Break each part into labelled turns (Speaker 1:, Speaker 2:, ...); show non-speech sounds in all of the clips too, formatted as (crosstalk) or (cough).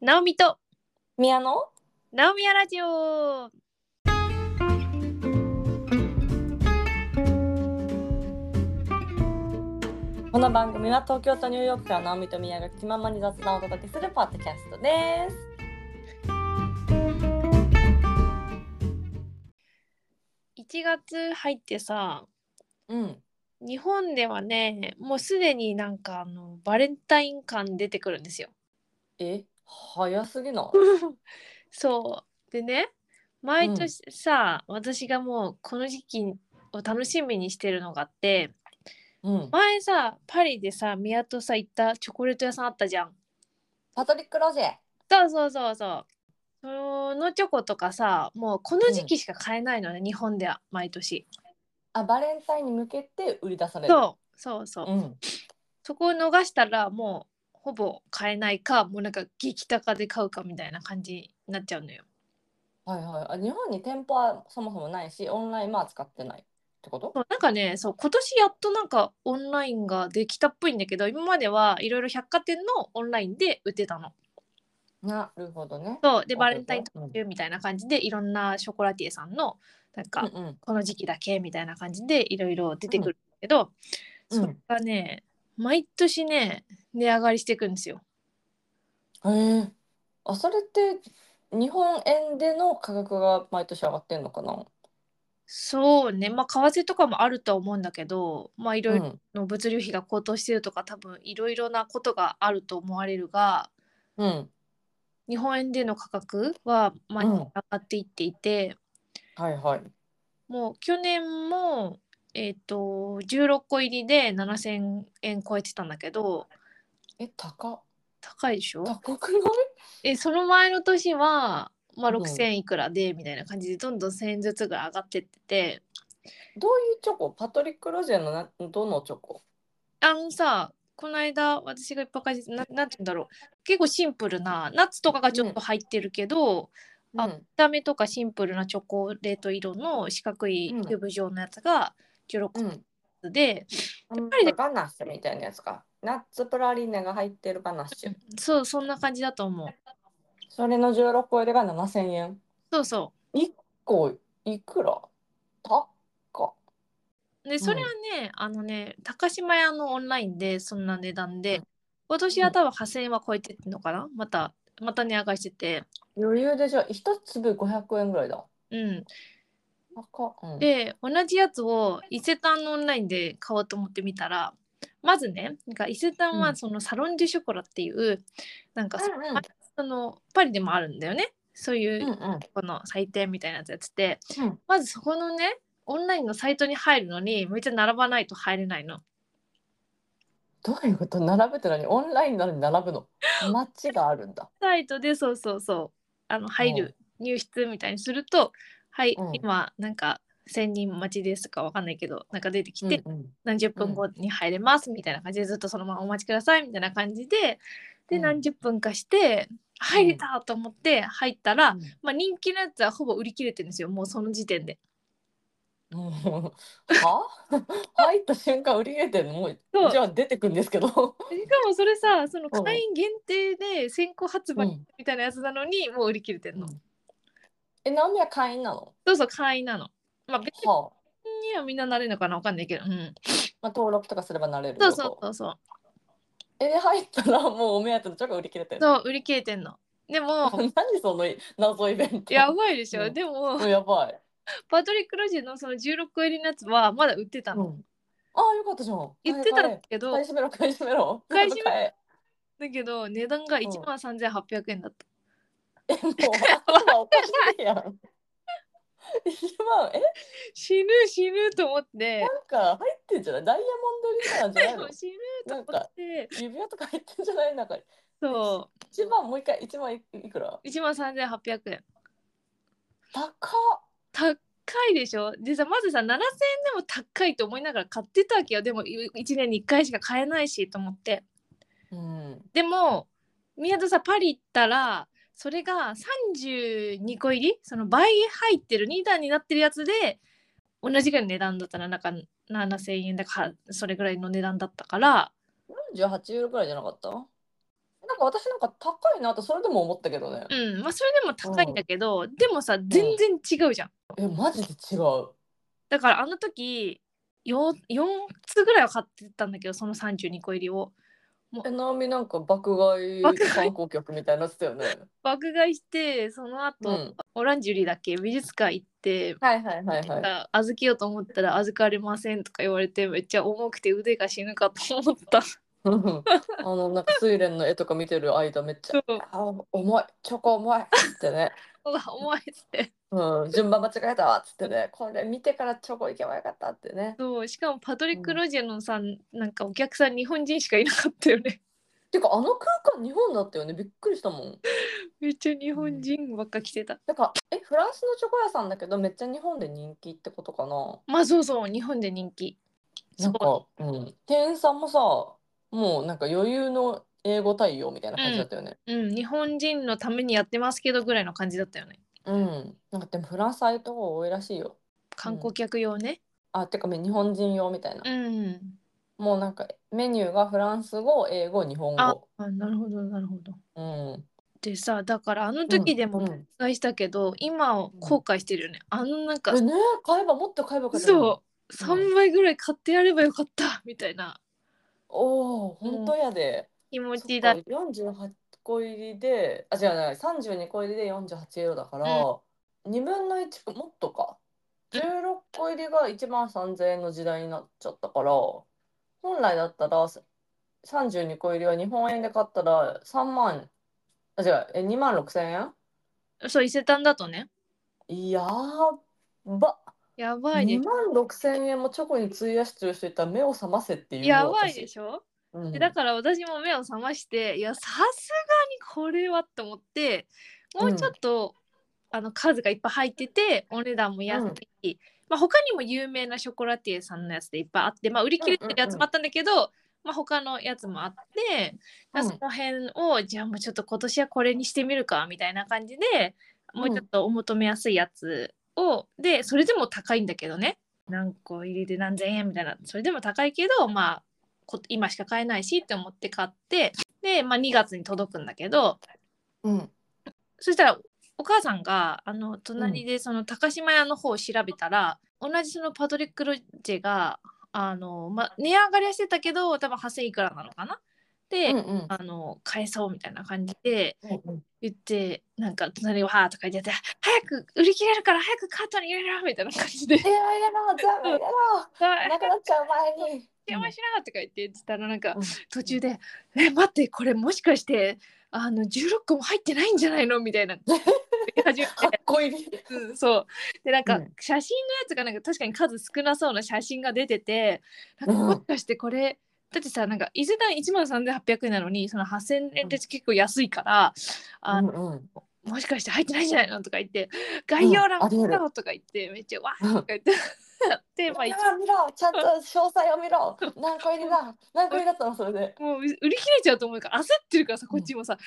Speaker 1: ナオミと
Speaker 2: 宮野
Speaker 1: ナオミヤラジオ
Speaker 2: この番組は東京とニューヨークから直美と宮が気ままに雑談をお届けするポッドキャストです。
Speaker 1: 1月入ってさ
Speaker 2: うん。
Speaker 1: 日本ではねもうすでになんかあのバレンタイン感出てくるんですよ。
Speaker 2: え、早すぎない。
Speaker 1: そうでね毎年さ、私がもうこの時期を楽しみにしてるのがあって
Speaker 2: うん。
Speaker 1: 前さパリでさ宮とさ行ったチョコレート屋さんあったじゃん。
Speaker 2: パトリックロジェ。
Speaker 1: そうそうそうそう。そのチョコとかさもうこの時期しか買えないのね、日本では毎年。
Speaker 2: あ、バレンタインに向けて売り出される。
Speaker 1: そうそうそう。
Speaker 2: うん。
Speaker 1: そこを逃したらもうほぼ買えないかもうなんか激高で買うかみたいな感じになっちゃうのよ。
Speaker 2: はいはい。あ、日本に店舗はそもそもないし、オンラインも扱ってないってこと
Speaker 1: そうなんかねそう今年やっとなんかオンラインができたっぽいんだけど今まではいろいろ百貨店のオンラインで売ってたの。
Speaker 2: なるほどね。
Speaker 1: そうでバレンタイン
Speaker 2: うん
Speaker 1: 特急みたいな感じでいろんなショコラティエさんのなん
Speaker 2: う
Speaker 1: か
Speaker 2: んうん。
Speaker 1: この時期だけみたいな感じでいろいろ出てくるんだけど、
Speaker 2: うん
Speaker 1: それがね毎年ね値上がりしていくんですよ。
Speaker 2: へえ。あ、それって日本円での価格が毎年上がってんのかな。
Speaker 1: そうねまあ為替とかもあるとは思うんだけどまあいろいろ
Speaker 2: うん。
Speaker 1: の物流費が高騰してるとか多分いろいろなことがあると思われるが
Speaker 2: うん。
Speaker 1: 日本円での価格は毎
Speaker 2: うん
Speaker 1: 日上がっていっていて、
Speaker 2: はいはい。
Speaker 1: もう去年も、えー、と16個入りで7,000円超えてたんだけど
Speaker 2: え、高っ。
Speaker 1: 高いでしょ
Speaker 2: 高くない
Speaker 1: えその前の年は、まあ、
Speaker 2: うん
Speaker 1: 6,000いくらでみたいな感じでどんどん1,000円ずつぐらい上がってってて
Speaker 2: どういうチョコパトリック・ロジェのなどのチョコ
Speaker 1: あのさこの間私がいっぱい買いななんて言うんだろう結構シンプルなナッツとかがちょっと入ってるけど、あ
Speaker 2: うん、
Speaker 1: 見た目とかシンプルなチョコレート色の四角い
Speaker 2: うん
Speaker 1: キューブ状のやつが16
Speaker 2: う
Speaker 1: 個
Speaker 2: ん、
Speaker 1: で、
Speaker 2: やっ
Speaker 1: ぱりね
Speaker 2: ガナッシュみたいなやつかナッツプラリーネが入ってるガナッシュ
Speaker 1: そうそんな感じだと思う
Speaker 2: それの16個入れが7000円
Speaker 1: そうそ
Speaker 2: こういくら高っ
Speaker 1: うでそれはね、あのね高島屋のオンラインでそんな値段で今年は多分8,000円は超えてってんのかなまたまた値上がりしてて
Speaker 2: 余裕でじゃあ一粒500円ぐらいだ
Speaker 1: うん
Speaker 2: 高っ、うん、
Speaker 1: で同じやつを伊勢丹のオンラインで買おうと思ってみたらまずねなんか伊勢丹
Speaker 2: う
Speaker 1: は
Speaker 2: ん
Speaker 1: そのサロン・デュ・ショコラっていう、なんかそ,、
Speaker 2: うんうん
Speaker 1: のパリでもあるんだよねそういう
Speaker 2: うんうん
Speaker 1: この祭典みたいなやつやってて、
Speaker 2: うん
Speaker 1: まずそこのねオンラインのサイトに入るのにめっちゃ並ばないと入れないの
Speaker 2: どういうこと並ぶって何オンラインなのに並ぶのマッチがあるんだ
Speaker 1: サイトでそうそうそうあの入る、入室みたいにすると「はい、
Speaker 2: うん
Speaker 1: 今なんか1,000人待ちです」とかわかんないけどなんか出てきて、
Speaker 2: うんうん
Speaker 1: 何十分後に入れますみたいな感じでずっとそのままお待ちくださいみたいな感じでで
Speaker 2: うん
Speaker 1: 何十分かして入れたと思って入ったら、まあ、人気のやつはほぼ売り切れてるんですよもうその時点で。
Speaker 2: うんは (laughs) 入った瞬間売り切れてんのもう
Speaker 1: そう
Speaker 2: じゃあ出てくんですけど
Speaker 1: しかもそれさその
Speaker 2: うん
Speaker 1: 会員限定で先行発
Speaker 2: う
Speaker 1: 売
Speaker 2: ん
Speaker 1: みたいなやつなのにもう売り切れてるの。
Speaker 2: え、ナオミは会員なの
Speaker 1: そうそう会員なの。まあ別
Speaker 2: はあ、
Speaker 1: にはみんななれるのかなわかんないけど、うん、
Speaker 2: まあ、登録とかすればなれる
Speaker 1: そう
Speaker 2: よ
Speaker 1: そう
Speaker 2: と
Speaker 1: そうそう
Speaker 2: え、で入ったらもうお目当てのチョコ売り切れてる。
Speaker 1: そう売り切れてんの。でも
Speaker 2: (laughs) 何その謎イベント。
Speaker 1: やばいでしょ、
Speaker 2: うん
Speaker 1: でも
Speaker 2: うんやばい。
Speaker 1: パトリック・ロジェのその16個入りのやつはまだ売ってた
Speaker 2: う
Speaker 1: の。
Speaker 2: んああ、よかったじゃん。
Speaker 1: 言ってた
Speaker 2: 買
Speaker 1: んだ
Speaker 2: え
Speaker 1: けど、
Speaker 2: 買い占めろ、買い占めろ。
Speaker 1: 買い占めろ
Speaker 2: え。
Speaker 1: だけど値段が1万3800円だった。
Speaker 2: え、もう、頭おかしいやん。今、え、
Speaker 1: 死ぬ死ぬと思って、
Speaker 2: なんか入ってんじゃないダイヤモンドリーなんじゃない
Speaker 1: (laughs)
Speaker 2: の
Speaker 1: 死ぬと
Speaker 2: なん
Speaker 1: 思
Speaker 2: か
Speaker 1: って、
Speaker 2: 指輪とか入ってんじゃないなんか
Speaker 1: そ
Speaker 2: 一番もう一回、一番いくら
Speaker 1: う1万3800円。
Speaker 2: 高っ
Speaker 1: 高いでしょでさまずさ7000円でも高いと思いながら買ってたわけよでも1年に1回しか買えないしと思って
Speaker 2: うん。
Speaker 1: でも宮田さパリ行ったらそれが32個入りその倍入ってる2段になってるやつで同じぐらいの値段だったらなんか7000円だからそれぐらいの値段だったから
Speaker 2: 48ユーロくらいじゃなかったなんか私なんか高いなとそれでも思ったけどね。
Speaker 1: うんまあそれでも高いんだけど、でもさ全然違うじゃん
Speaker 2: え、マジで違う。
Speaker 1: だからあの時 4, 4つぐらいは買ってたんだけどその32個入りを
Speaker 2: え、なおみなんか爆買い
Speaker 1: 爆買い
Speaker 2: 観光客みたいになってたよね。
Speaker 1: 爆買いしてその後、
Speaker 2: うん
Speaker 1: オランジュリーだっけ美術館行って
Speaker 2: はいはいはいはい。 (laughs)
Speaker 1: あ預けようと思ったら預かれませんとか言われてめっちゃ重くて腕が死ぬかと思った
Speaker 2: うんあのなんか睡蓮の絵とか見てる間めっち
Speaker 1: そ
Speaker 2: ゃ
Speaker 1: う
Speaker 2: 「あ重いチョコ重い」っつってね、
Speaker 1: うわ重いっつって
Speaker 2: うん「順番間違えたわ」っつってね「これ見てからチョコいけばよかった」ってね。
Speaker 1: そうしかもパトリック・ロジェのさんなんかお客さん日本人しかいなかったよね (laughs)
Speaker 2: てかあの空間日本だったよねびっくりしたもん。
Speaker 1: めっちゃ日本人ばっか来てた
Speaker 2: なんかえフランスのチョコ屋さんだけどめっちゃ日本で人気ってことかな。
Speaker 1: まあそうそう日本で人気
Speaker 2: なんか、うん、店員さんもさもうなんか余裕の英語対応みたいな感じだったよね。
Speaker 1: うん日本人のためにやってますけどぐらいの感じだったよね
Speaker 2: うん、なんかでもフランスああいうとこ多いらしいよ。
Speaker 1: 観光客用ね
Speaker 2: あてか日本人用みたいな。
Speaker 1: うん
Speaker 2: もうなんかメニューがフランス語、英語、日本
Speaker 1: あ
Speaker 2: 語。
Speaker 1: あなるほどなるほど
Speaker 2: うん。
Speaker 1: でさだからあの時でも
Speaker 2: うん
Speaker 1: 爆買いしたけど、今を後悔してるよねあのなんか
Speaker 2: えね買えばもっと買えばよかったのに
Speaker 1: そう3倍ぐらい買ってやればよかったみたいな
Speaker 2: おお、本当やで。
Speaker 1: 気持
Speaker 2: そ
Speaker 1: ち
Speaker 2: っか
Speaker 1: だ
Speaker 2: 48個入りで、あ、違う違う、32個入りで48ユーロだから、2分の1、もっとか。16個入りが1万3000円の時代になっちゃったから、本来だったら32個入りは日本円で買ったら3万、あ、違う、え、2万6000円
Speaker 1: そう伊勢丹だとね
Speaker 2: やーば。
Speaker 1: やばいね
Speaker 2: 2万6千円もチョコに費やしてる人いたら目を覚ませっていう
Speaker 1: やばいで
Speaker 2: ょ、
Speaker 1: しょ、
Speaker 2: うん
Speaker 1: でだから私も目を覚ましていやさすがにこれはと思ってもうちょっと、あの数がいっぱい入っててお値段も安い、まあ、他にも有名なショコラティエさんのやつでいっぱいあって、まあ、売り切れてるやつもあったんだけど、まあ、他のやつもあって、まあ
Speaker 2: うん
Speaker 1: その辺をじゃあもうちょっと今年はこれにしてみるかみたいな感じでもうちょっとお求めやすいやつを、でそれでも高いんだけどね何個入りで何千円みたいなそれでも高いけどまあこ今しか買えないしって思って買ってで、まあ、2月に届くんだけど
Speaker 2: うん
Speaker 1: そしたらお母さんがあの隣でその高島屋の方を調べたら、同じそのパトリック・ロジェがあの、まあ、値上がりはしてたけど多分8,000いくらなのかなで、
Speaker 2: うんうん
Speaker 1: あの買えそうみたいな感じで
Speaker 2: うん
Speaker 1: 言ってなんか隣を「はあ」とか言ってて「早く売り切れるから早くカートに入れろ」みたいな感じ
Speaker 2: (laughs)
Speaker 1: で
Speaker 2: 入れろ入れろ全部入れろ
Speaker 1: 「あ
Speaker 2: なくなっちゃう前に
Speaker 1: 電話しな」とか言って言ってたらなんか
Speaker 2: うん
Speaker 1: 途中で「え待ってこれもしかしてあの16個も入ってないんじゃないの?」みたいな言い始めて
Speaker 2: (laughs) 8個入り
Speaker 1: うん、そうでなん
Speaker 2: う
Speaker 1: か
Speaker 2: ん
Speaker 1: 写真のやつがなんか確かに数少なそうな写真が出ててなんか
Speaker 2: うん
Speaker 1: もしかしてこれだってさなんか伊勢丹1万3800円なのにその8,000円って結構安いから、あ
Speaker 2: うんうん
Speaker 1: もしかして入ってないんじゃないのとか言って概要欄
Speaker 2: あ
Speaker 1: 見
Speaker 2: り得る
Speaker 1: ろとか言ってめっちゃわー
Speaker 2: うん
Speaker 1: とか言って (laughs) でまあ
Speaker 2: 見
Speaker 1: 一
Speaker 2: ろ見ろちゃんと詳細を見ろ何個入りだ何個入りだったのそれで
Speaker 1: もう売り切れちゃうと思うから焦ってるからさこっちもさ「
Speaker 2: うん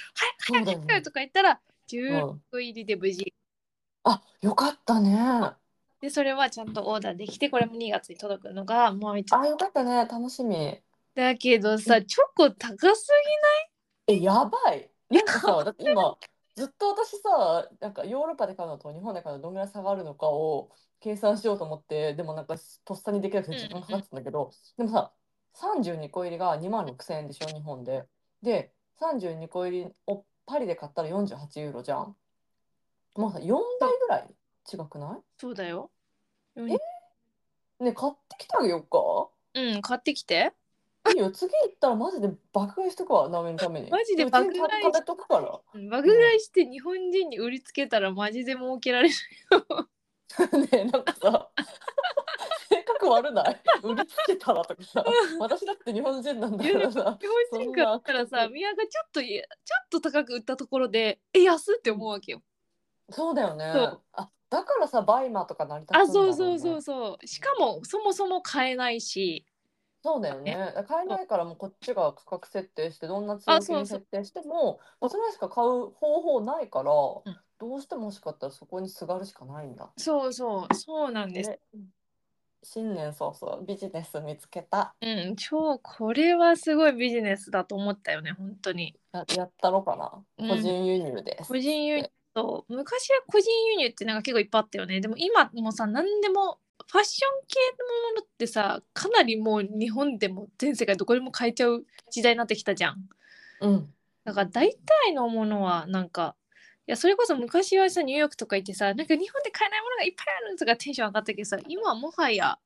Speaker 1: 早く早
Speaker 2: そう
Speaker 1: く
Speaker 2: だ
Speaker 1: 早
Speaker 2: よね
Speaker 1: く」とか言ったら
Speaker 2: う
Speaker 1: 16
Speaker 2: ん
Speaker 1: 入りで無事
Speaker 2: あよかったねあ
Speaker 1: でそれはちゃんとオーダーできてこれも2月に届くのがもうめっちゃ
Speaker 2: よかったね楽しみえ
Speaker 1: だけどさチョコ高す
Speaker 2: やばいなんかさだって今ずっと私さなんかヨーロッパで買うのと日本で買うのどんぐらい差があるのかを計算しようと思ってでもなんかとっさにできなくて時間かかってたんだけど、でもさ32個入りが2万6,000円でしょ日本でで32個入りをパリで買ったら48ユーロじゃんもうさ4倍ぐらい違くな
Speaker 1: そうだよ。
Speaker 2: いね買ってきてあげよう
Speaker 1: うん、買ってきて。
Speaker 2: かいいよ次行ったらマジで爆買いしとくわナオミのために
Speaker 1: マジで爆買いし
Speaker 2: うちに食べとくから
Speaker 1: 爆買いして日本人に売りつけたらマジで儲けられる。
Speaker 2: (laughs) ねえなんかさ性格悪ない (laughs) 売りつけたらとかさ私だって日本人なんだからさ
Speaker 1: 日本人からしたら
Speaker 2: そんな
Speaker 1: さ、宮がちょっといやちょっと高く売ったところで、え、安って思うわけよ。
Speaker 2: そうだよね
Speaker 1: そう
Speaker 2: あだからさバイマーとか成り立つんだ
Speaker 1: あ、
Speaker 2: ろね
Speaker 1: そうそうそうそう。しかもそもそも買えないし、
Speaker 2: そうだよね買えないからもうこっちが価格設定してどんな強
Speaker 1: あ
Speaker 2: 気
Speaker 1: そう
Speaker 2: に
Speaker 1: そう
Speaker 2: 設定してもまあそれしか買う方法ないから、
Speaker 1: ん
Speaker 2: どうしても欲しかったらそこにすがるしかないんだ
Speaker 1: そうそうそうなんです。
Speaker 2: ね新年早々ビジネス見つけた
Speaker 1: うん、超これはすごいビジネスだと思ったよね本当に
Speaker 2: ややったろかな、
Speaker 1: うん
Speaker 2: 個人輸入です
Speaker 1: 個人輸入と昔は個人輸入ってなんか結構いっぱいあったよねでも今もうさ何でもファッション系のものってさかなりもう日本でも全世界どこでも買えちゃう時代になってきたじゃん
Speaker 2: うん
Speaker 1: だから大体のものはなんかいやそれこそ昔はさニューヨークとか行ってさなんか日本で買えないものがいっぱいあるとかテンション上がったけどさ今はもはや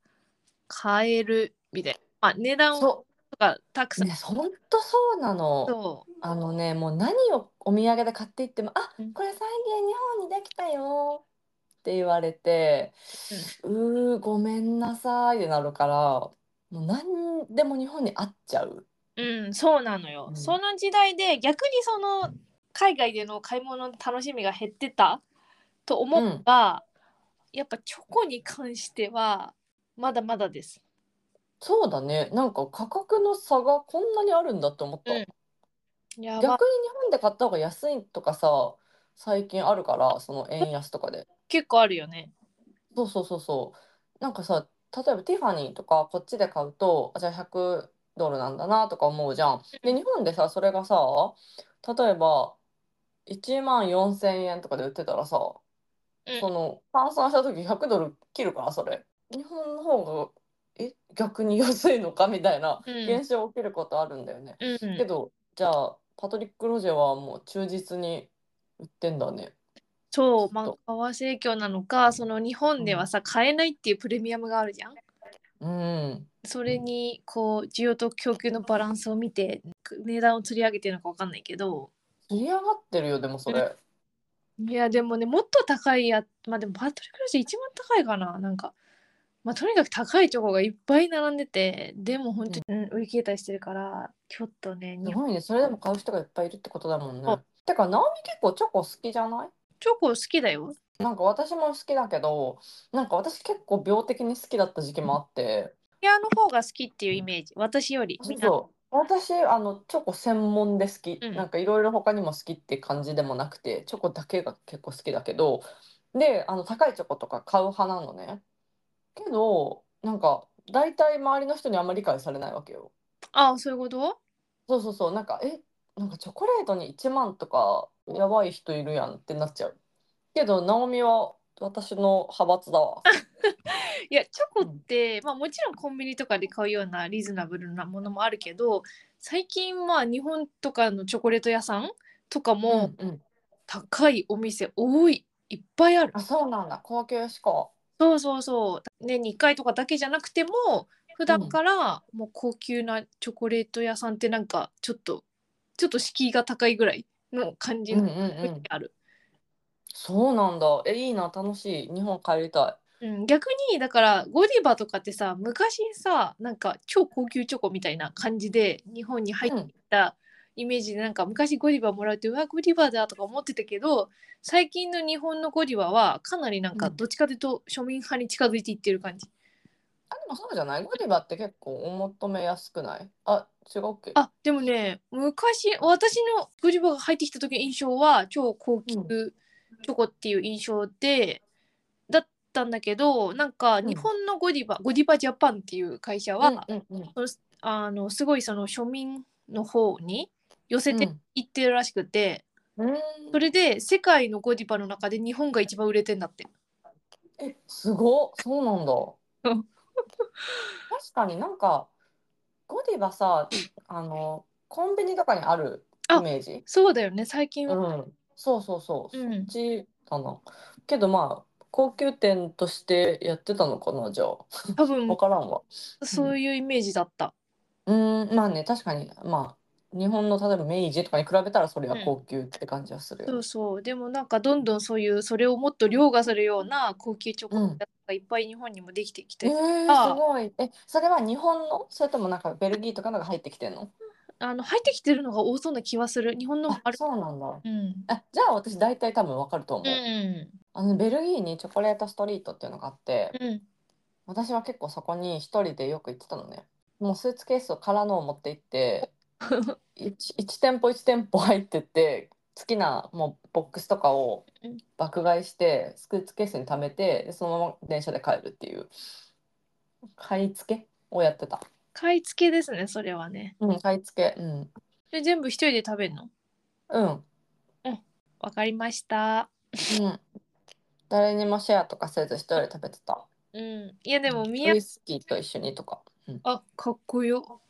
Speaker 1: 買えるみたいな、まあ、値段と
Speaker 2: そ
Speaker 1: かたくさ
Speaker 2: うんね本当そうなの
Speaker 1: そう
Speaker 2: あのねもう何をお土産で買っていっても「あ
Speaker 1: うん
Speaker 2: これ再現日本にできたよ」って言われて「うーごめんなさい」ってなるからもう何でも日本に合っちゃう。
Speaker 1: うん、そうなのよ。
Speaker 2: うん
Speaker 1: その時代で逆にその海外での買い物の楽しみが減ってたと思えば、やっぱチョコに関してはまだまだです。
Speaker 2: そうだねなんか価格の差がこんなにあるんだって思った、
Speaker 1: うんや
Speaker 2: 逆に日
Speaker 1: ば
Speaker 2: 本で買った方が安いとかさ最近あるからその円安とかで
Speaker 1: 結構あるよね。
Speaker 2: そうそうそうそうなんかさ例えばティファニーとかこっちで買うとあじゃあ100ドルなんだなとか思うじゃんで日本でさそれがさ例えば1万4000円とかで売ってたらさ
Speaker 1: うん
Speaker 2: その換算した時100ドル切るからそれ日本の方がえ逆に安いのかみたいな
Speaker 1: うん
Speaker 2: 現象起きることあるんだよね
Speaker 1: うん、
Speaker 2: けどじゃあパトリック・ロジェはもう忠実に売ってんだね
Speaker 1: そう、まあ、為替影響なのか、その日本ではさ、買えないっていうプレミアムがあるじゃん。
Speaker 2: うん
Speaker 1: それにこう需要と供給のバランスを見て値段を釣り上げてるのかわかんないけど。
Speaker 2: 釣り上がってるよでもそれ
Speaker 1: いやでもねもっと高いやまあでもバトルクロージ一番高いかななんかまあとにかく高いチョコがいっぱい並んでてでも本当に、うん売り切れたりしてるからちょっとね
Speaker 2: す
Speaker 1: 日本
Speaker 2: ごいねそれでも買う人がいっぱいいるってことだも
Speaker 1: そ
Speaker 2: んね
Speaker 1: う
Speaker 2: てかナオミ結構チョコ好きじゃない
Speaker 1: チョコ好きだよ
Speaker 2: なんか私も好きだけどなんか私結構病的に好きだった時期もあって
Speaker 1: ピアの方が好きっていうイメージ私よりみんな
Speaker 2: そう私あのチョコ専門で好き、
Speaker 1: うん
Speaker 2: なんかいろいろ他にも好きって感じでもなくてチョコだけが結構好きだけどであの高いチョコとか買う派なのねけどなんか大体周りの人にあんまり理解されないわけよ
Speaker 1: ああそういうこと
Speaker 2: そうそうそうなんかえなんかチョコレートに1万とかやばい人いるやんってなっちゃうけどナオミは私の派閥だわ
Speaker 1: いやチョコって、まあ、もちろんコンビニとかで買うようなリーズナブルなものもあるけど最近まあ日本とかのチョコレート屋さんとかも
Speaker 2: うんうん
Speaker 1: 高いお店多いいっぱいある
Speaker 2: あそうなんだ高級志向
Speaker 1: そうそうそう。年に1回とかだけじゃなくても普段からもう高級なチョコレート屋さんってなんかちょっとちょっと敷居が高いぐらいの感じ
Speaker 2: うんうん
Speaker 1: の
Speaker 2: う
Speaker 1: 雰囲
Speaker 2: ん
Speaker 1: 気ある。
Speaker 2: そうなんだえいいな楽しい日本帰りた
Speaker 1: うん、逆にだからゴディバとかってさ昔さなんか超高級チョコみたいな感じで日本に
Speaker 2: い、
Speaker 1: 入っ
Speaker 2: う
Speaker 1: て
Speaker 2: ん
Speaker 1: きたイメージでなんか昔ゴディバもらうってうわゴディバだとか思ってたけど最近の日本のゴディバはかなりなんか
Speaker 2: うん
Speaker 1: どっちかというと庶民派に近づいていってる感じ。
Speaker 2: あ、でもそうじゃないゴディバって結構お求めやすくないあ、違うっけ
Speaker 1: あでもね昔私のグリバが入ってきた時の印象は超高級
Speaker 2: うん
Speaker 1: チョコっていう印象で、だったんだけどなんか
Speaker 2: うん
Speaker 1: 日本のゴディバ、ゴディバジャパンっていう会社は、
Speaker 2: うんうんうん
Speaker 1: あのすごいその庶民の方に寄せ
Speaker 2: う
Speaker 1: て
Speaker 2: ん
Speaker 1: いってるらしくて、
Speaker 2: うん
Speaker 1: それで世界のゴディバの中で日本が一番売れてんだって。
Speaker 2: え、すごっそう (laughs) なん
Speaker 1: う
Speaker 2: だ
Speaker 1: ん
Speaker 2: 確かになんかゴディバさあのコンビニとかにあるイメージ
Speaker 1: そうだよね最近は、
Speaker 2: うん、そうそうそう、
Speaker 1: うん
Speaker 2: そっちかな。けどまあ、高級店としてやってたのかな、じゃあ。
Speaker 1: 多分
Speaker 2: わからんわ。
Speaker 1: そういうイメージだった。
Speaker 2: うん、まあね、確かに、まあ、日本の例えば明治とかに比べたら、それは高級って感じはするよ
Speaker 1: そ
Speaker 2: ね。
Speaker 1: うそうでもなんかどんどんそういうそれをもっと凌駕するような高級チョコ
Speaker 2: うん
Speaker 1: がいっぱい日本にもできてき
Speaker 2: え
Speaker 1: て、
Speaker 2: ー、
Speaker 1: あ
Speaker 2: すごい。え、それは日本の、それともなんかベルギーとかのが入ってきてんの
Speaker 1: あの入ってきてるのが多そうな気はする日本のも
Speaker 2: あ
Speaker 1: あ、る
Speaker 2: そうなんだ。
Speaker 1: うん、
Speaker 2: あ、じゃあ私大体多分わかると思
Speaker 1: う
Speaker 2: う。
Speaker 1: ん
Speaker 2: あの、ベルギーにチョコレートストリートっていうのがあって、
Speaker 1: うん
Speaker 2: 私は結構そこに一人でよく行ってたのね。もうスーツケースからのを持って
Speaker 1: (laughs)
Speaker 2: 行って、一一店舗一店舗入ってって好きなもうボックスとかを
Speaker 1: うん
Speaker 2: 爆買いしてスーツケースに貯めてでそのまま電車で帰るっていう買い付けをやってた。
Speaker 1: 買い付けですねそれはね
Speaker 2: うん、買い付け。うん。
Speaker 1: で全部一人で食べるの
Speaker 2: うん。
Speaker 1: わかりました
Speaker 2: うん。誰にもシェアとかせず一人で食べてた。
Speaker 1: うんいやでも
Speaker 2: うん
Speaker 1: みや
Speaker 2: ウイスキーと一緒にとか。うん、
Speaker 1: あかっこよ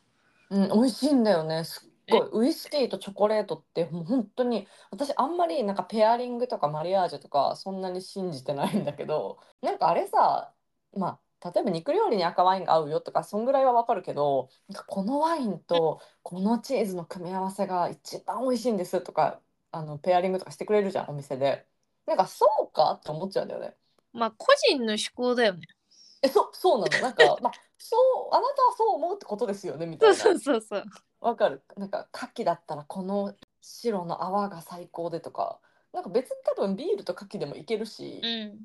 Speaker 2: うん、美味しいんだよね。すっごい。ウイスキーとチョコレートってもう本当に私あんまりなんかペアリングとかマリアージュとかそんなに信じてないんだけどなんかあれさまあ例えば肉料理に赤ワインが合うよとかそんぐらいはわかるけどなんかこのワインとこのチーズの組み合わせが一番美味しいんですとかあのペアリングとかしてくれるじゃんお店でなんかそうかって思っちゃうんだよね。
Speaker 1: まあ個人の趣向だよね
Speaker 2: え、そ、そうなの、なんか、まあ、そう、あなたはそう思うってことですよね、みた
Speaker 1: そ
Speaker 2: いうな。
Speaker 1: そうそうそう
Speaker 2: わかる。なんか、牡蠣だったら、この白の泡が最高でとか。なんか、別に多分ビールと牡蠣でもいけるし
Speaker 1: う、ん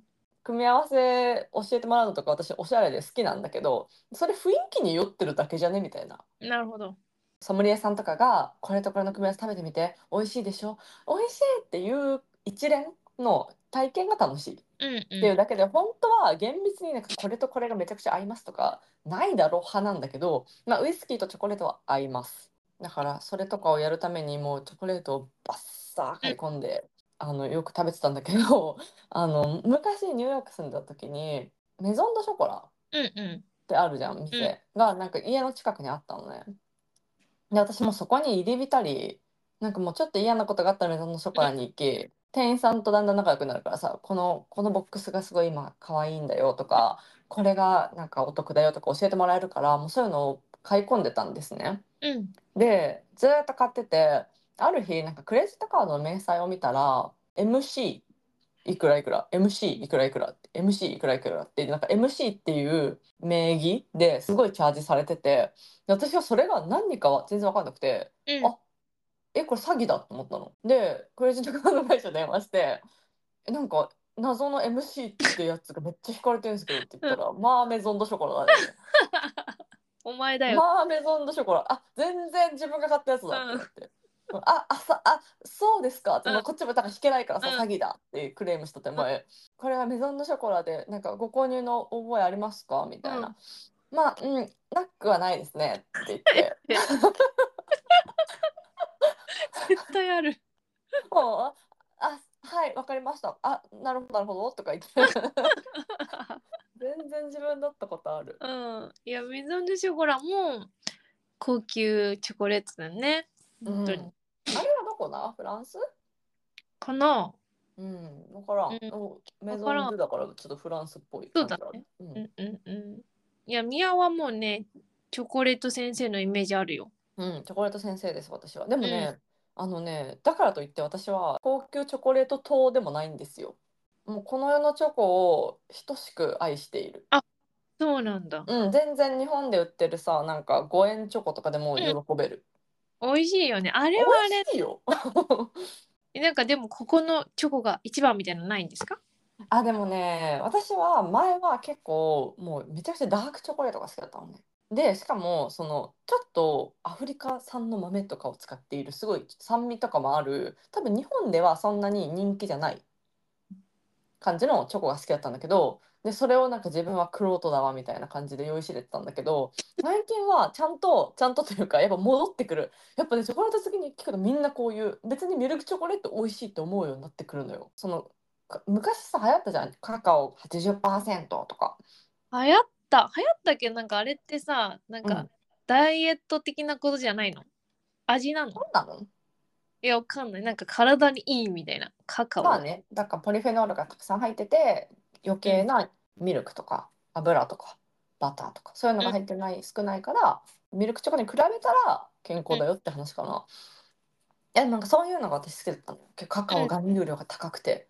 Speaker 2: 組み合わせ教えてもらうのとか、私おしゃれで好きなんだけど。それ雰囲気に酔ってるだけじゃねみたいな。
Speaker 1: なるほど
Speaker 2: ソムリエさんとかが、これとこれの組み合わせ食べてみて、美味しいでしょ美味しいっていう一連の体験が楽しい。
Speaker 1: うん
Speaker 2: っていう
Speaker 1: う
Speaker 2: だけで本当は厳密になんかこれとこれがめちゃくちゃ合いますとかないだろう派なんだけど、まあ、ウイスキーとチョコレートは合いますだからそれとかをやるためにもうチョコレートをバッサー買い込んで、あのよく食べてたんだけどあの昔ニューヨーク住んだ時にメゾンドショコラ
Speaker 1: んうんう
Speaker 2: ってあるじゃん店がなんか家の近くにあったのねで私もそこに入り浸りなんかもうちょっと嫌なことがあったらメゾンのショコラに行き店員さんとだんだん仲良くなるからさこのこのボックスがすごい今可愛いんだよとかこれがなんかお得だよとか教えてもらえるからもうそういうのを買い込んでたんですね
Speaker 1: んうん
Speaker 2: でずーっと買っててある日なんかクレジットカードの明細を見たら MC いくらいくら MC いくらいくら MC いくらいくらってなんか MC っていう名義ですごいチャージされててで私はそれが何かは全然分かんなくて
Speaker 1: うん
Speaker 2: あえこれ詐欺だと思ったの。でクレジットカード会社に電話してえなんか謎の MC ってやつがめっちゃ引かれてるんですけどって言ったらまあメゾンドショコラだよね。
Speaker 1: お前だよ
Speaker 2: マーメゾンドショコラあ全然自分が買ったやつだってなって、ああさあそうですかって、まあ
Speaker 1: うん
Speaker 2: こっちもだから引けないからさ、
Speaker 1: うん
Speaker 2: 詐欺だってクレームした手前、これはメゾンドショコラでなんかご購入の覚えありますかみたいな、まあうんなくはないですねって言って
Speaker 1: (laughs) 絶対ある
Speaker 2: もうあはいわかりましたあなるほどなるほどとか言って
Speaker 1: (laughs)
Speaker 2: 全然自分だったことある
Speaker 1: うんいやメゾンドショコラも高級チョコレートだね
Speaker 2: うん
Speaker 1: 本
Speaker 2: あ
Speaker 1: 当
Speaker 2: れ
Speaker 1: に、
Speaker 2: はどこなフランス
Speaker 1: この
Speaker 2: うん、分からん。
Speaker 1: うん
Speaker 2: おメゾ
Speaker 1: わからん
Speaker 2: ンドゥだからちょっとフランスっぽい
Speaker 1: そう
Speaker 2: 感じ
Speaker 1: だ
Speaker 2: だね。う
Speaker 1: うん
Speaker 2: ん
Speaker 1: うんうんいやミヤはもうねチョコレート先生のイメージあるよ
Speaker 2: うん、チョコレート先生です、私は。でもね、あのね、だからといって私は高級チョコレート党でもないんですよ。もうこの世のチョコを等しく愛している。
Speaker 1: そうなんだ
Speaker 2: うん、全然日本で売ってるさ、なんか5円チョコとかでも喜べる。
Speaker 1: 美味しいよねあれはあ
Speaker 2: 美味しいよ。
Speaker 1: れなんかでもここのチョコが一番みたいなのないんですか
Speaker 2: あ、でもね、私は前は結構もうめちゃくちゃダークチョコレートが好きだったのね。で、しかもそのちょっとアフリカ産の豆とかを使っているすごい酸味とかもある多分日本ではそんなに人気じゃない感じのチョコが好きだったんだけどでそれをなんか自分は玄人だわみたいな感じで酔いしれてたんだけど最近はちゃんとちゃんとというかやっぱ戻ってくるやっぱねチョコレート好きに聞くとみんなこういう別にミルクチョコレート美味しいって思うようになってくるのよ。そのか昔さ流行ったじゃんカカオ80%とか、
Speaker 1: 流行った流行ったけどなんかあれってさなん
Speaker 2: うん、
Speaker 1: かダイエット的なことじゃないの味なの
Speaker 2: そうなの
Speaker 1: いやわかんないなんか体にいいみたいなカカオ、
Speaker 2: まあねだからポリフェノールがたくさん入ってて余計なミルクとか油とかバターとかそういうのが入ってない、少ないからミルクチョコに比べたら健康だよって話かな、いやなんかそういうのが私好きだったのよ結構カカオ含有量が高くて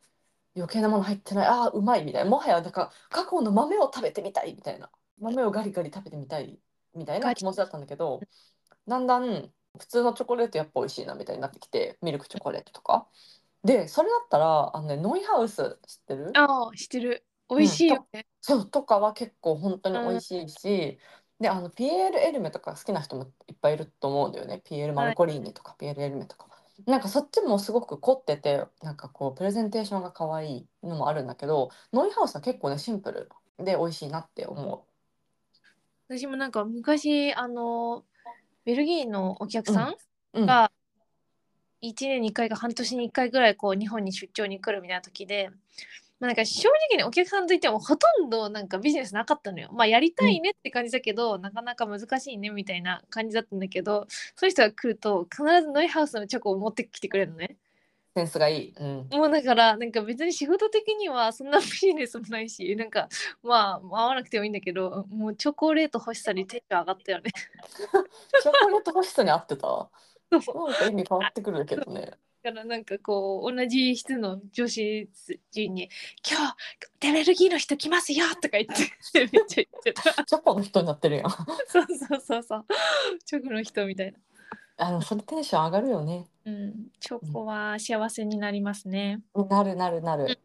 Speaker 2: 余計なもの入ってないあーうまいみたいなもはやなんかカカオの豆を食べてみたいみたいな豆をガリガリ食べてみたいみたいな気持ちだったんだけどだんだん普通のチョコレートやっぱ美味しいなみたいになってきてミルクチョコレートとかでそれだったらあの、ね、ノイハウス知ってる
Speaker 1: ああ知ってる美味しいよね、
Speaker 2: そうとかは結構本当に美味しいし、であのピエール・エルメとか好きな人もいっぱいいると思うんだよねピエール・マルコリーニとかピエール・エルメとか。なんかそっちもすごく凝っててなんかこうプレゼンテーションが可愛いのもあるんだけどノイハウスは結構ねシンプルで美味しいなって思
Speaker 1: 私もなんか昔あのベルギーのお客さん
Speaker 2: うん
Speaker 1: が1年に1回か半年に1回ぐらいこう日本に出張に来るみたいな時で、まあ、なんか正直にお客さんといってもほとんどなんかビジネスなかったのよ。まあやりたいねって感じだけど、なかなか難しいねみたいな感じだったんだけどそういう人が来ると必ずノイハウスのチョコを持ってきてくれるのね。
Speaker 2: センスがいい。うん。
Speaker 1: もうだからなんか別に仕事的にはそんなビジネスもないしなん (laughs) かまあ合わなくてもいいんだけどもうチョコレート欲しさにテンション上がったよね。 (laughs)
Speaker 2: チョコレート欲しさに合ってた。なん
Speaker 1: そ
Speaker 2: か意味変わってくるけどね。
Speaker 1: だからなんかこう同じ室の女子陣に「今日ベルギーの人来ますよ」とか言って (laughs) めっちゃ言ってた (laughs)
Speaker 2: チョコの人になってるやん。
Speaker 1: そうそうそうそうチョコの人みたいな、
Speaker 2: あの、それテンション上がるよね。
Speaker 1: うん、チョコは幸せになりますね
Speaker 2: なるなるなる。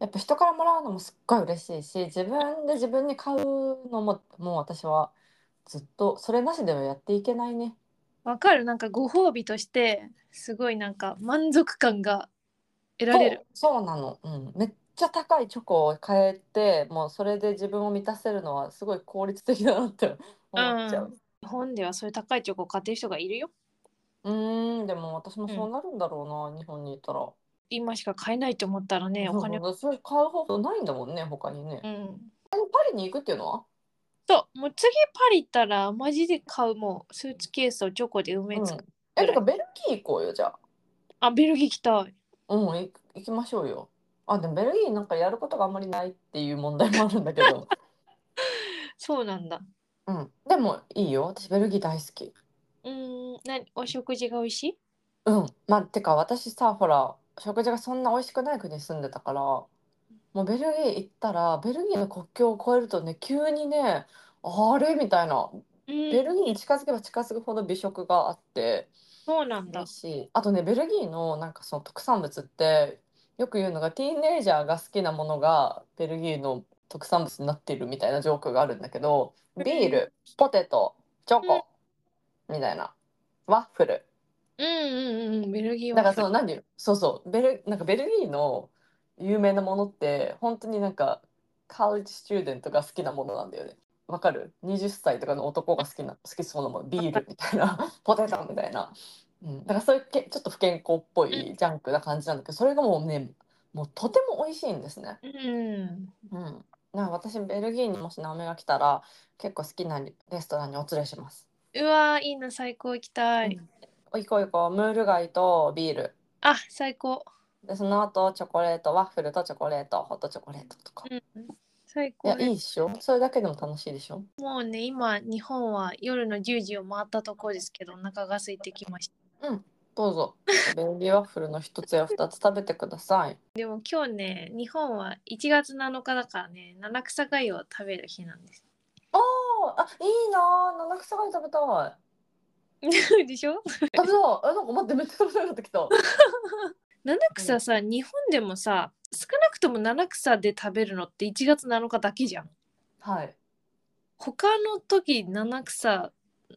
Speaker 2: やっぱ人からもらうのもすっごい嬉しいし、自分で自分に買うのも、もう私はずっとそれなしではやっていけないね。
Speaker 1: わかるなんかご褒美としてすごいなんか満足感が得られる
Speaker 2: そうそうなの、うん、めっちゃ高いチョコを買えてもうそれで自分を満たせるのはすごい効率的だなって思っちゃう。
Speaker 1: 日本ではそういう高いチョコを買ってる人がいるよ
Speaker 2: うーんでも私もそうなるんだろうな、日本にいたら。
Speaker 1: 今しか買えないと思ったらね
Speaker 2: そう
Speaker 1: お金
Speaker 2: そうそうそれ買う方法ないんだもんね他にね。
Speaker 1: うん
Speaker 2: パリに行くっていうのは
Speaker 1: そうもう次パリ行ったらマジで買うもうスーツケースをチョコで埋め尽くす
Speaker 2: うんえてかベルギー行こうよじゃあ。
Speaker 1: あ、ベルギー来たい。
Speaker 2: うん行く行きましょうよ。あでもベルギーなんかやることがあんまりないっていう問題もあるんだけ
Speaker 1: (laughs)
Speaker 2: ど。
Speaker 1: そうなんだ。
Speaker 2: うんでもいいよ私ベルギー大好き。
Speaker 1: うーん、なに、お食事が美味しい。
Speaker 2: うん、まあ、てか私さ、ほら、食事がそんな美味しくない国に住んでたから、もうベルギー行ったら、ベルギーの国境を越えるとね、急にね、あれみたいな、
Speaker 1: う
Speaker 2: ベ
Speaker 1: ーん、
Speaker 2: ルギーに近づけば近づくほど美食があって、
Speaker 1: そうなんだ
Speaker 2: 嬉。しい。あとね、ベルギーのなんかその特産物って、よく言うのが、ティーンエイジャーが好きなものが、ベルギーの特産物になってるみたいなジョークがあるんだけど、ビール、ポテト、チョコ、みたいな、ワッフル。
Speaker 1: うんうんうん、ベルギー
Speaker 2: な
Speaker 1: は。
Speaker 2: んかその何そうそうベルなんかベルギーの有名なものって本当になんかカウチスチューデントが好きなものなんだよねわかる20歳とかの男が好きな好きそうなものビールみたいなポテトみたいな、うん、だからそういうけちょっと不健康っぽいジャンクな感じなんだけどそれがもうねもうとても美味しいんですね。
Speaker 1: うん。
Speaker 2: うん、なんか私ベルギーにもしナオミが来たら結構好きなレストランにお連れします。
Speaker 1: うわー、いいな、最高行きたい。
Speaker 2: おいこいこムール貝とビール。
Speaker 1: あ、最高。
Speaker 2: で、その後、チョコレート、ワッフルとチョコレート、ホットチョコレートとか。
Speaker 1: うん。最
Speaker 2: い
Speaker 1: 高
Speaker 2: や、
Speaker 1: ね
Speaker 2: いいっしょ。それだけでも楽しいでしょ。
Speaker 1: もうね、今、日本は夜の10時を回ったところですけど、お腹が空いてきました。
Speaker 2: どうぞ。ベルギーワッフルの一つや二つ食べてください。
Speaker 1: でも今日ね、日本は1月7日だからね、七草粥を食べる日なんです。
Speaker 2: ああ、あ、いいなあ。七草が食べたい。
Speaker 1: (laughs) でしょ
Speaker 2: 食べたい。え、なんか待って、めっちゃ食べたくなってきた。
Speaker 1: 七草さ、日本でもさ少なくとも七草で食べるのって1月7日だけじゃん
Speaker 2: はい。
Speaker 1: 他の時七草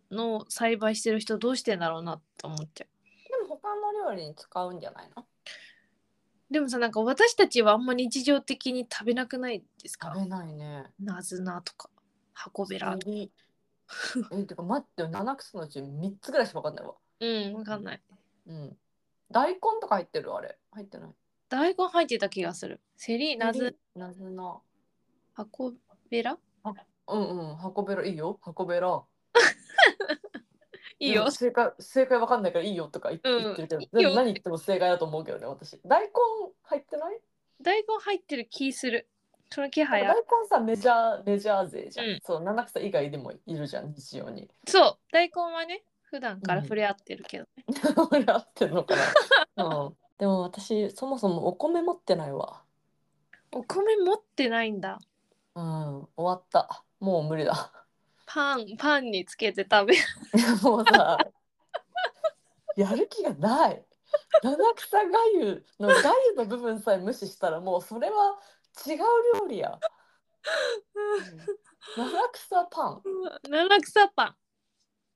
Speaker 1: の栽培してる人どうしてんだろうなと思っちゃ
Speaker 2: でも他の料理に使うんじゃないの
Speaker 1: うでもさなんか私たちはあんま日常的に食べなくないですか
Speaker 2: 食べないね。
Speaker 1: ナズナとか箱べらとか
Speaker 2: エビえ、てか待ってよ。七草のうち三つぐらいしかわかんないわ。
Speaker 1: うんわかんない
Speaker 2: うん。大根とか入ってるあれ。入ってない。
Speaker 1: 大根入ってた気がするセリナズ。
Speaker 2: なずな。
Speaker 1: 箱べら
Speaker 2: うんうん。箱べらいいよ。箱べら。
Speaker 1: いいよ、
Speaker 2: うん正解正解わかんないからいいよとか言って,、
Speaker 1: うん
Speaker 2: 言ってるけど
Speaker 1: いいよ
Speaker 2: 何言っても正解だと思うけどね私大根入ってない
Speaker 1: 大根入ってる気するその気
Speaker 2: 大
Speaker 1: 配
Speaker 2: 根
Speaker 1: ある
Speaker 2: さメジャーメジャー勢じゃん、
Speaker 1: うん
Speaker 2: そう七草以外でもいるじゃん日常に (laughs)
Speaker 1: そう大根はね普段から触れ合ってるけどね、
Speaker 2: 俺合ってるのかな、うん、でも私そもそもお米持ってないわ
Speaker 1: お米持ってないんだ
Speaker 2: うん終わったもう無理だ
Speaker 1: パンパンにつけて食べる (laughs)
Speaker 2: (laughs) もうさやる気がない七草がゆのがゆの部分さえ無視したらもうそれは違う料理や七草パン
Speaker 1: 七草パ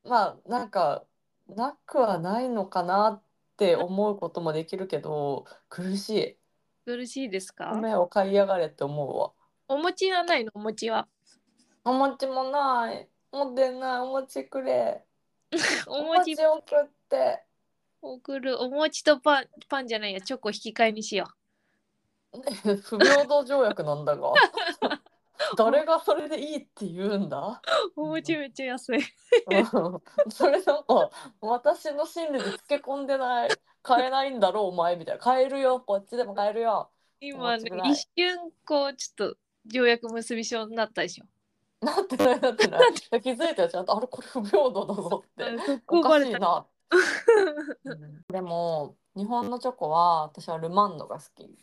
Speaker 1: ン
Speaker 2: まあなんかなくはないのかなって思うこともできるけど苦しい
Speaker 1: 苦しいですか
Speaker 2: 米を買いやがれって思うわ
Speaker 1: お餅はないのお餅は
Speaker 2: お餅もない持ってないお餅くれ
Speaker 1: お
Speaker 2: お
Speaker 1: 餅
Speaker 2: 餅送って
Speaker 1: 送るお餅とパンパンじゃないやチョコ引き換えにしよ
Speaker 2: ね (laughs) 不平等条約なん
Speaker 1: (laughs)
Speaker 2: だが誰がそれでいいって言うんだ、
Speaker 1: うお餅めっちゃ安い
Speaker 2: うんそれなんか私の心理でつけ込んでない買えないんだろうお前みたいな買えるよこっちでも買えるよ
Speaker 1: 今ね
Speaker 2: お餅ぐらい
Speaker 1: 一瞬こうちょっと条約結び症になったでしょ
Speaker 2: なってないなってない気づいたよちゃんとあれこれ不平等だぞって
Speaker 1: うんそ
Speaker 2: お
Speaker 1: こバ
Speaker 2: かしい
Speaker 1: レた
Speaker 2: な、うんでも日本のチョコは私はルマンドが好き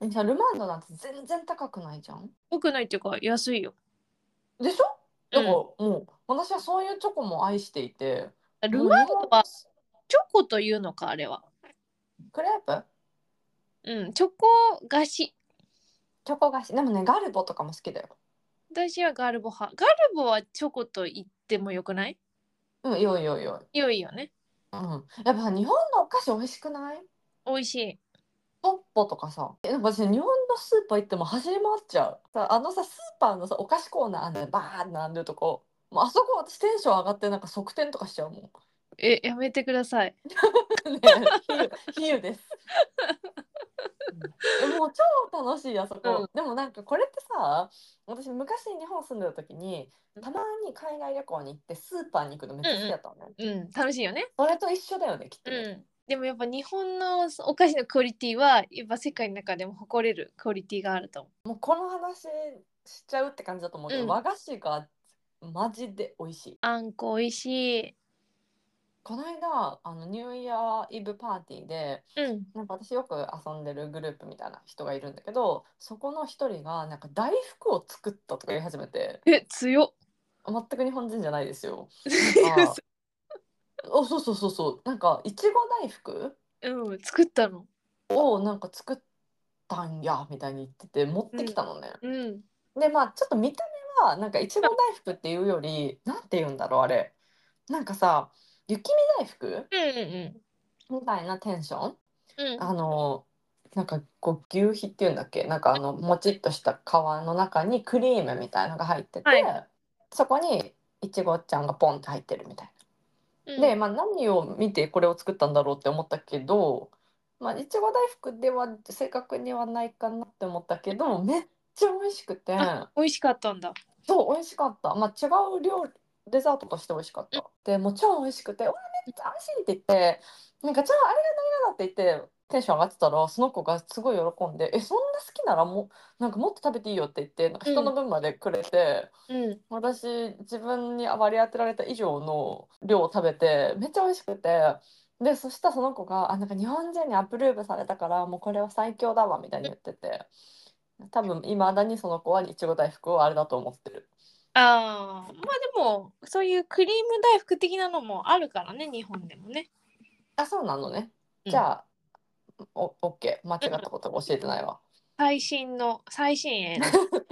Speaker 2: えじゃあルマンドなんて全然高くないじゃん
Speaker 1: 多くないっていうか安いよ
Speaker 2: でしょだから、
Speaker 1: う
Speaker 2: もう私はそういうチョコも愛していて
Speaker 1: ルマンドはチョコというのかあれは
Speaker 2: クレープ
Speaker 1: うんチョコ菓子
Speaker 2: チョコ菓子でもねガルボとかも好きだよ
Speaker 1: 私はガルボ派ガルボはチョコと言ってもよくない
Speaker 2: うんよいよいよい、
Speaker 1: 良いよね
Speaker 2: うん、やっぱさ日本のお菓子美味しくない
Speaker 1: 美味しい
Speaker 2: ポッポとかさえなんか私日本のスーパー行っても走り回っちゃうさあのさスーパーのさお菓子コーナーあんのよバーン並んでるとこもうあそこ私テンション上がってなんか側転とかしちゃうもん (laughs) ね
Speaker 1: えやめてください
Speaker 2: え比喩比喩ですうんえもう超楽しいあそこ、
Speaker 1: う
Speaker 2: でもなんかこれってさ私昔日本住んでた時にたまに海外旅行に行ってスーパーに行くのめっちゃ好きだったのね、
Speaker 1: うん楽しいよね
Speaker 2: それと一緒だよねきっと
Speaker 1: う
Speaker 2: ね、
Speaker 1: んでもやっぱ日本のお菓子のクオリティはやっぱ世界の中でも誇れるクオリティがあると思
Speaker 2: もうこの話しちゃうって感じだと思うけど、
Speaker 1: うん
Speaker 2: 和菓子がマジで美味しいう
Speaker 1: あんこ美味しい
Speaker 2: この間あのニューイヤーイブパーティーで
Speaker 1: うん
Speaker 2: なんか私よく遊んでるグループみたいな人がいるんだけどそこの一人がなんか大福を作ったとか言い始めて
Speaker 1: え強っ
Speaker 2: 全く日本人じゃないで
Speaker 1: (laughs)
Speaker 2: すよ。
Speaker 1: 嘘
Speaker 2: おそうそうそうそうなんかいちご大福
Speaker 1: うん作ったの
Speaker 2: をなんか作ったんやみたいに言ってて持ってきたのね。
Speaker 1: うん
Speaker 2: でまあちょっと見た目はなんかいちご大福っていうよりなんて言うんだろうあれなんかさ雪見大福
Speaker 1: うんうん
Speaker 2: みたいなテンション
Speaker 1: うん
Speaker 2: あのなんかこう求肥っていうんだっけなんかあのもちっとした皮の中にクリームみたいのが入ってて、
Speaker 1: は
Speaker 2: そこにいちごちゃんがポンって入ってるみたい
Speaker 1: うん
Speaker 2: な。で、まあ、何を見てこれを作ったんだろうって思ったけど、まあ、いちご大福では正確にはないかなって思ったけどめっちゃ美味しくて。
Speaker 1: 美味しかったんだ
Speaker 2: そう美味しかった、まあ、違う料理デザートとして美味しかったでもう超美味しくて「うわめっちゃ美味しい」って言ってなんか「じゃああれが何がだ」って言ってテンション上がってたらその子がすごい喜んで「えそんな好きならもうなんかもっと食べていいよ」って言ってなんか人の分までくれて、
Speaker 1: うん
Speaker 2: 私自分に割り当てられた以上の量を食べてめっちゃ美味しくて。でそしたらその子が「あなんか日本人にアプローブされたからもうこれは最強だわ」みたいに言ってて多分いまだにその子はいちご大福をあれだと思ってる。
Speaker 1: ああまあでもそういうクリーム大福的なのもあるからね日本でもね
Speaker 2: あ、そうなのね。
Speaker 1: うん
Speaker 2: じゃあ、お、オッケー、間違ったことは教えてない (laughs) わ。
Speaker 1: 最新の最新鋭の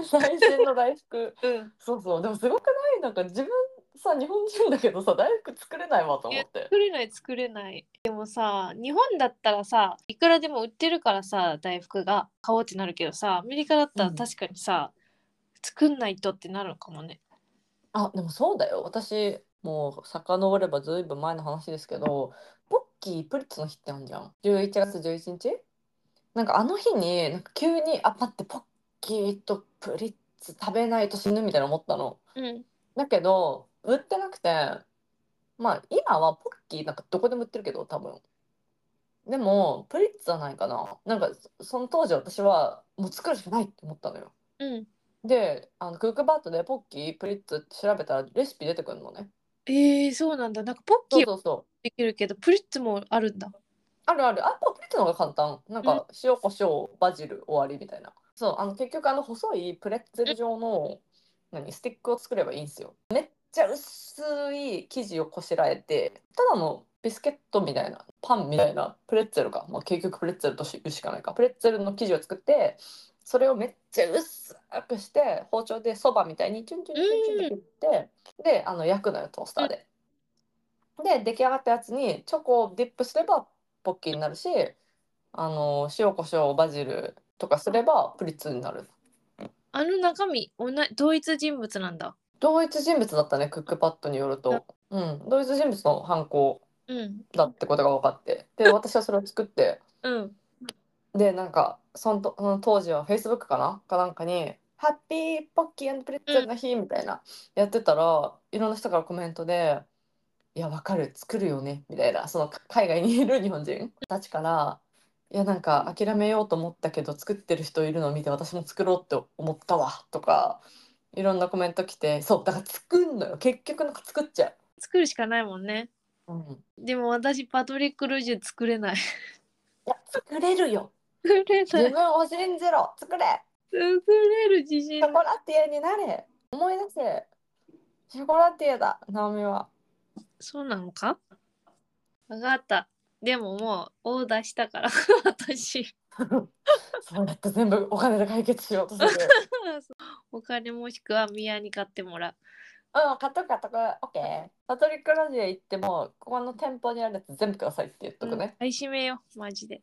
Speaker 2: 最新の大福。
Speaker 1: うん
Speaker 2: そうそう、でもすごくない、なんか自分さ、日本人だけどさ、大福作れないわと思って。
Speaker 1: 作れない作れないでもさ日本だったらさいくらでも売ってるからさ大福が買おうってなるけどさアメリカだったら
Speaker 2: うん
Speaker 1: 確かにさ、作んないとってなるのかもね
Speaker 2: あ、でもそうだよ。私、もう遡ればずいぶん前の話ですけど、ポッキープリッツの日ってあるじゃん。11月11日なんかあの日に、なんか急に、あ、待って、ポッキーとプリッツ食べないと死ぬみたいな思ったの。
Speaker 1: うん
Speaker 2: だけど売ってなくてまあ今はポッキーなんかどこでも売ってるけど多分でもプリッツじゃないかななんかそその当時私はもう作るしかないって思ったのよ
Speaker 1: うん
Speaker 2: であのクックパッドでポッキープリッツって調べたらレシピ出てくるのね
Speaker 1: えー、そうなんだなんかポッ
Speaker 2: そう
Speaker 1: キーは
Speaker 2: そうそう
Speaker 1: できるけどプリッツもあるんだ
Speaker 2: あるあるあポプリッツの方が簡単
Speaker 1: う
Speaker 2: なん
Speaker 1: ん
Speaker 2: か塩コショウバジル終わりみたいなそうあの結局あの細いプレッツェル状の何スティックを作ればいいんですよめっちゃ薄い生地をこしらえてただのビスケットみたいなパンみたいなプレッツェルか、まあ、結局プレッツェルというしかないかプレッツェルの生地を作ってそれをめっちゃ薄くして包丁でそばみたいにチュンチュンチュンチュンって切って、であの焼くのよトースターで。で出来上がったやつにチョコをディップすればポッキーになるしあの塩コショウバジルとかすればプリッツになる
Speaker 1: あの中身おな同一人物なんだ
Speaker 2: 同一人物だったね、クックパッドによると。うん、同一人物の犯行
Speaker 1: うん
Speaker 2: だってことが分かって。で、私はそれを作って、
Speaker 1: うん
Speaker 2: で、なんか、そのとその当時は Facebook かなかなんかに、ハッピーポッキープレッツェルの日みたいな、やってたら、いろんな人からコメントで、いや、わかる、作るよね、みたいな、そのか海外にいる日本人たちから、いや、なんか諦めようと思ったけど、作ってる人いるのを見て、私も作ろうって思ったわ、とか、いろんなコメント来て、そう、だから作んのよ。結局なんか作っちゃ
Speaker 1: 作るしかないもんね
Speaker 2: う。うん。
Speaker 1: でも私パトリック・ルージュ作れない
Speaker 2: いや、作れるよ。
Speaker 1: 作れな
Speaker 2: 自
Speaker 1: い
Speaker 2: 分を信じろ、作れ。
Speaker 1: 作れる自信
Speaker 2: ショコラティエになれ思い出せショコラティエだナオミは
Speaker 1: そうなのかわかったでももうオーダーしたから私
Speaker 2: そうやって全部お金で解決しよ
Speaker 1: (laughs)
Speaker 2: うとする
Speaker 1: お金もしくは宮に買ってもらう
Speaker 2: うん買っとく買っとくオッケーパトリックラジエ行ってもここの店舗にあるやつ全部くださいって言っとくね、
Speaker 1: 買い占めよマジで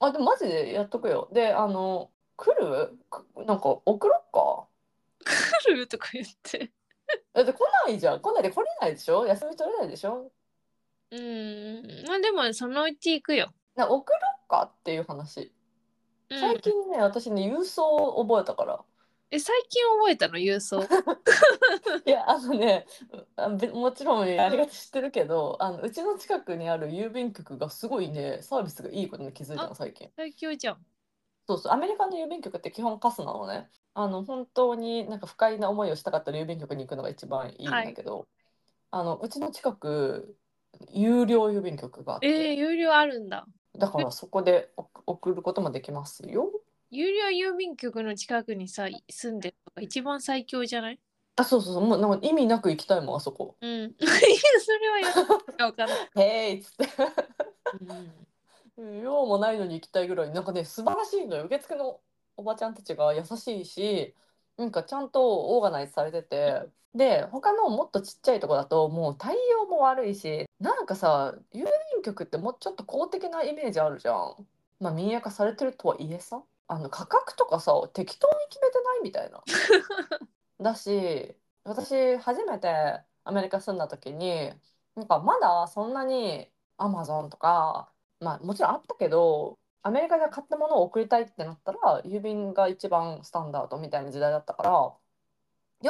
Speaker 2: あでもマジでやっとくよであの来るくなんか送ろっか
Speaker 1: 来るとか言って
Speaker 2: だって来ないじゃん来ないで来れないでしょ休み取れないでしょ
Speaker 1: (laughs) うんまあでもそのうち行くよ、
Speaker 2: な送ろっかっていう話
Speaker 1: うん、
Speaker 2: 最近ね、私ね郵送を覚えたから
Speaker 1: え最近覚えたの郵 (laughs) 送
Speaker 2: いやあのねあべもちろんありがとう知ってるけどあのうちの近くにある郵便局がすごいねサービスがいいことに気づいたの最近
Speaker 1: 最強じゃん
Speaker 2: そうそうアメリカの郵便局って基本カスなのねあの本当になんか不快な思いをしたかったら郵便局に行くのが一番いいんだけど、あのうちの近く有料郵便局があっ
Speaker 1: えー、
Speaker 2: て、
Speaker 1: 有料あるんだ
Speaker 2: だからそこでお送ることもできますよ
Speaker 1: 有料郵便局の近くにさ住んでるのが一番最強じゃない
Speaker 2: あそうそうそうもうなんか意味なく行きたいもんあそこ
Speaker 1: うんい (laughs) やそれはやばいわかんない、
Speaker 2: 「へーい」っつって
Speaker 1: うん
Speaker 2: 用もないのに行きたいぐらいなんかね素晴らしいのよ受付のおばちゃんたちが優しいしなんかちゃんとオーガナイズされててで他のもっとちっちゃいとこだともう対応も悪いしなんかさ郵便局ってもうちょっと公的なイメージあるじゃん。まあ民営化されてるとはいえさあの価格とかさ適当に決めてないみたいな。だし私初めてアメリカ住んだ時になんかまだそんなにアマゾンとかまあもちろんあったけどアメリカで買ったものを送りたいってなったら郵便が一番スタンダードみたいな時代だったから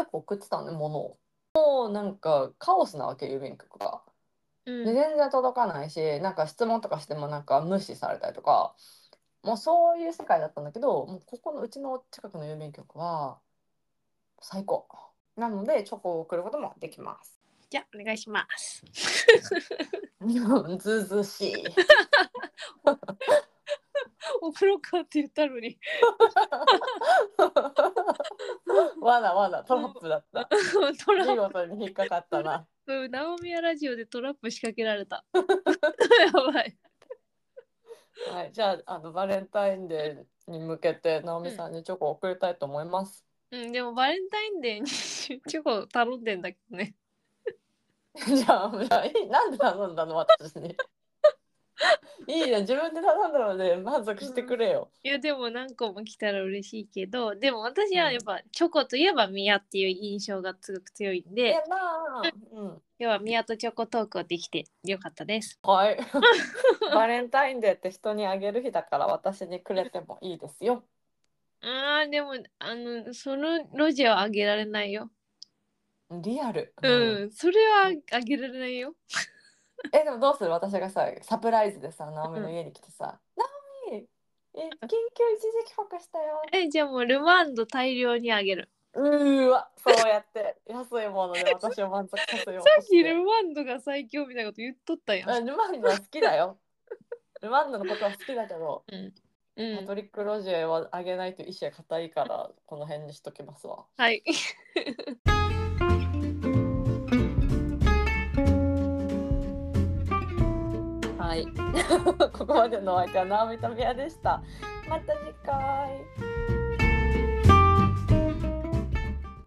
Speaker 2: よく送ってたのね物を。もうなんかカオスなわけ郵便局が。
Speaker 1: うん
Speaker 2: で全然届かないしなんか質問とかしてもなんか無視されたりとかもうそういう世界だったんだけどもうここのうちの近くの郵便局は最高なのでチョコを送ることもできます。
Speaker 1: (laughs) じゃあお願いします。
Speaker 2: ずうずうしい。
Speaker 1: お風呂かって言ったのに。
Speaker 2: わだわだトラップだった。
Speaker 1: (laughs) トラ
Speaker 2: 見
Speaker 1: ッ
Speaker 2: 事に引っかかったな。
Speaker 1: プ、ナオミヤラジオでトラップ仕掛けられ (laughs) た。やばい。
Speaker 2: はい、じゃああのバレンタインデーに向けてナオミさんにチョコを送りたいと思います。
Speaker 1: うん、でもバレンタインデーにチョコ頼んでんだけどね。
Speaker 2: (laughs) じゃあ、じゃあいいなんで頼んだの私 (laughs) に。いいね自分で頼んだので満足してくれよ。
Speaker 1: いやでも何個も来たら嬉しいけど、でも私はやっぱチョコといえばミヤっていう印象がすごく強いん
Speaker 2: え
Speaker 1: で、
Speaker 2: まあ、うん、
Speaker 1: 今日はミヤとチョコトークをできてよかったです。
Speaker 2: はい。 (laughs) バレンタインデーって人にあげる日だから私にくれてもいいですよ。
Speaker 1: あーでもあのそのロジはあげられないよ。
Speaker 2: リアル。
Speaker 1: うん、それはあげられないよ。
Speaker 2: えでもどうする私がさサプライズでさナオミの家に来てさ「ナオミえ緊急一時帰国したよ
Speaker 1: えじゃあもうルマンド大量にあげる。」
Speaker 2: うーわそうやって安いもので私を満足させよう
Speaker 1: さ
Speaker 2: と
Speaker 1: っ
Speaker 2: し
Speaker 1: き
Speaker 2: て
Speaker 1: ルマンドが最強みたいなこと言っとったやん。
Speaker 2: うんルマンドは好きだよルマンドのことは好きだけど、
Speaker 1: う
Speaker 2: パ
Speaker 1: ん、
Speaker 2: トリック・ロジェはあげないという意志が固いからこの辺にしときますわ
Speaker 1: はい。
Speaker 2: はい (laughs) ここまでのお相手はナオミとミヤでしたまた次回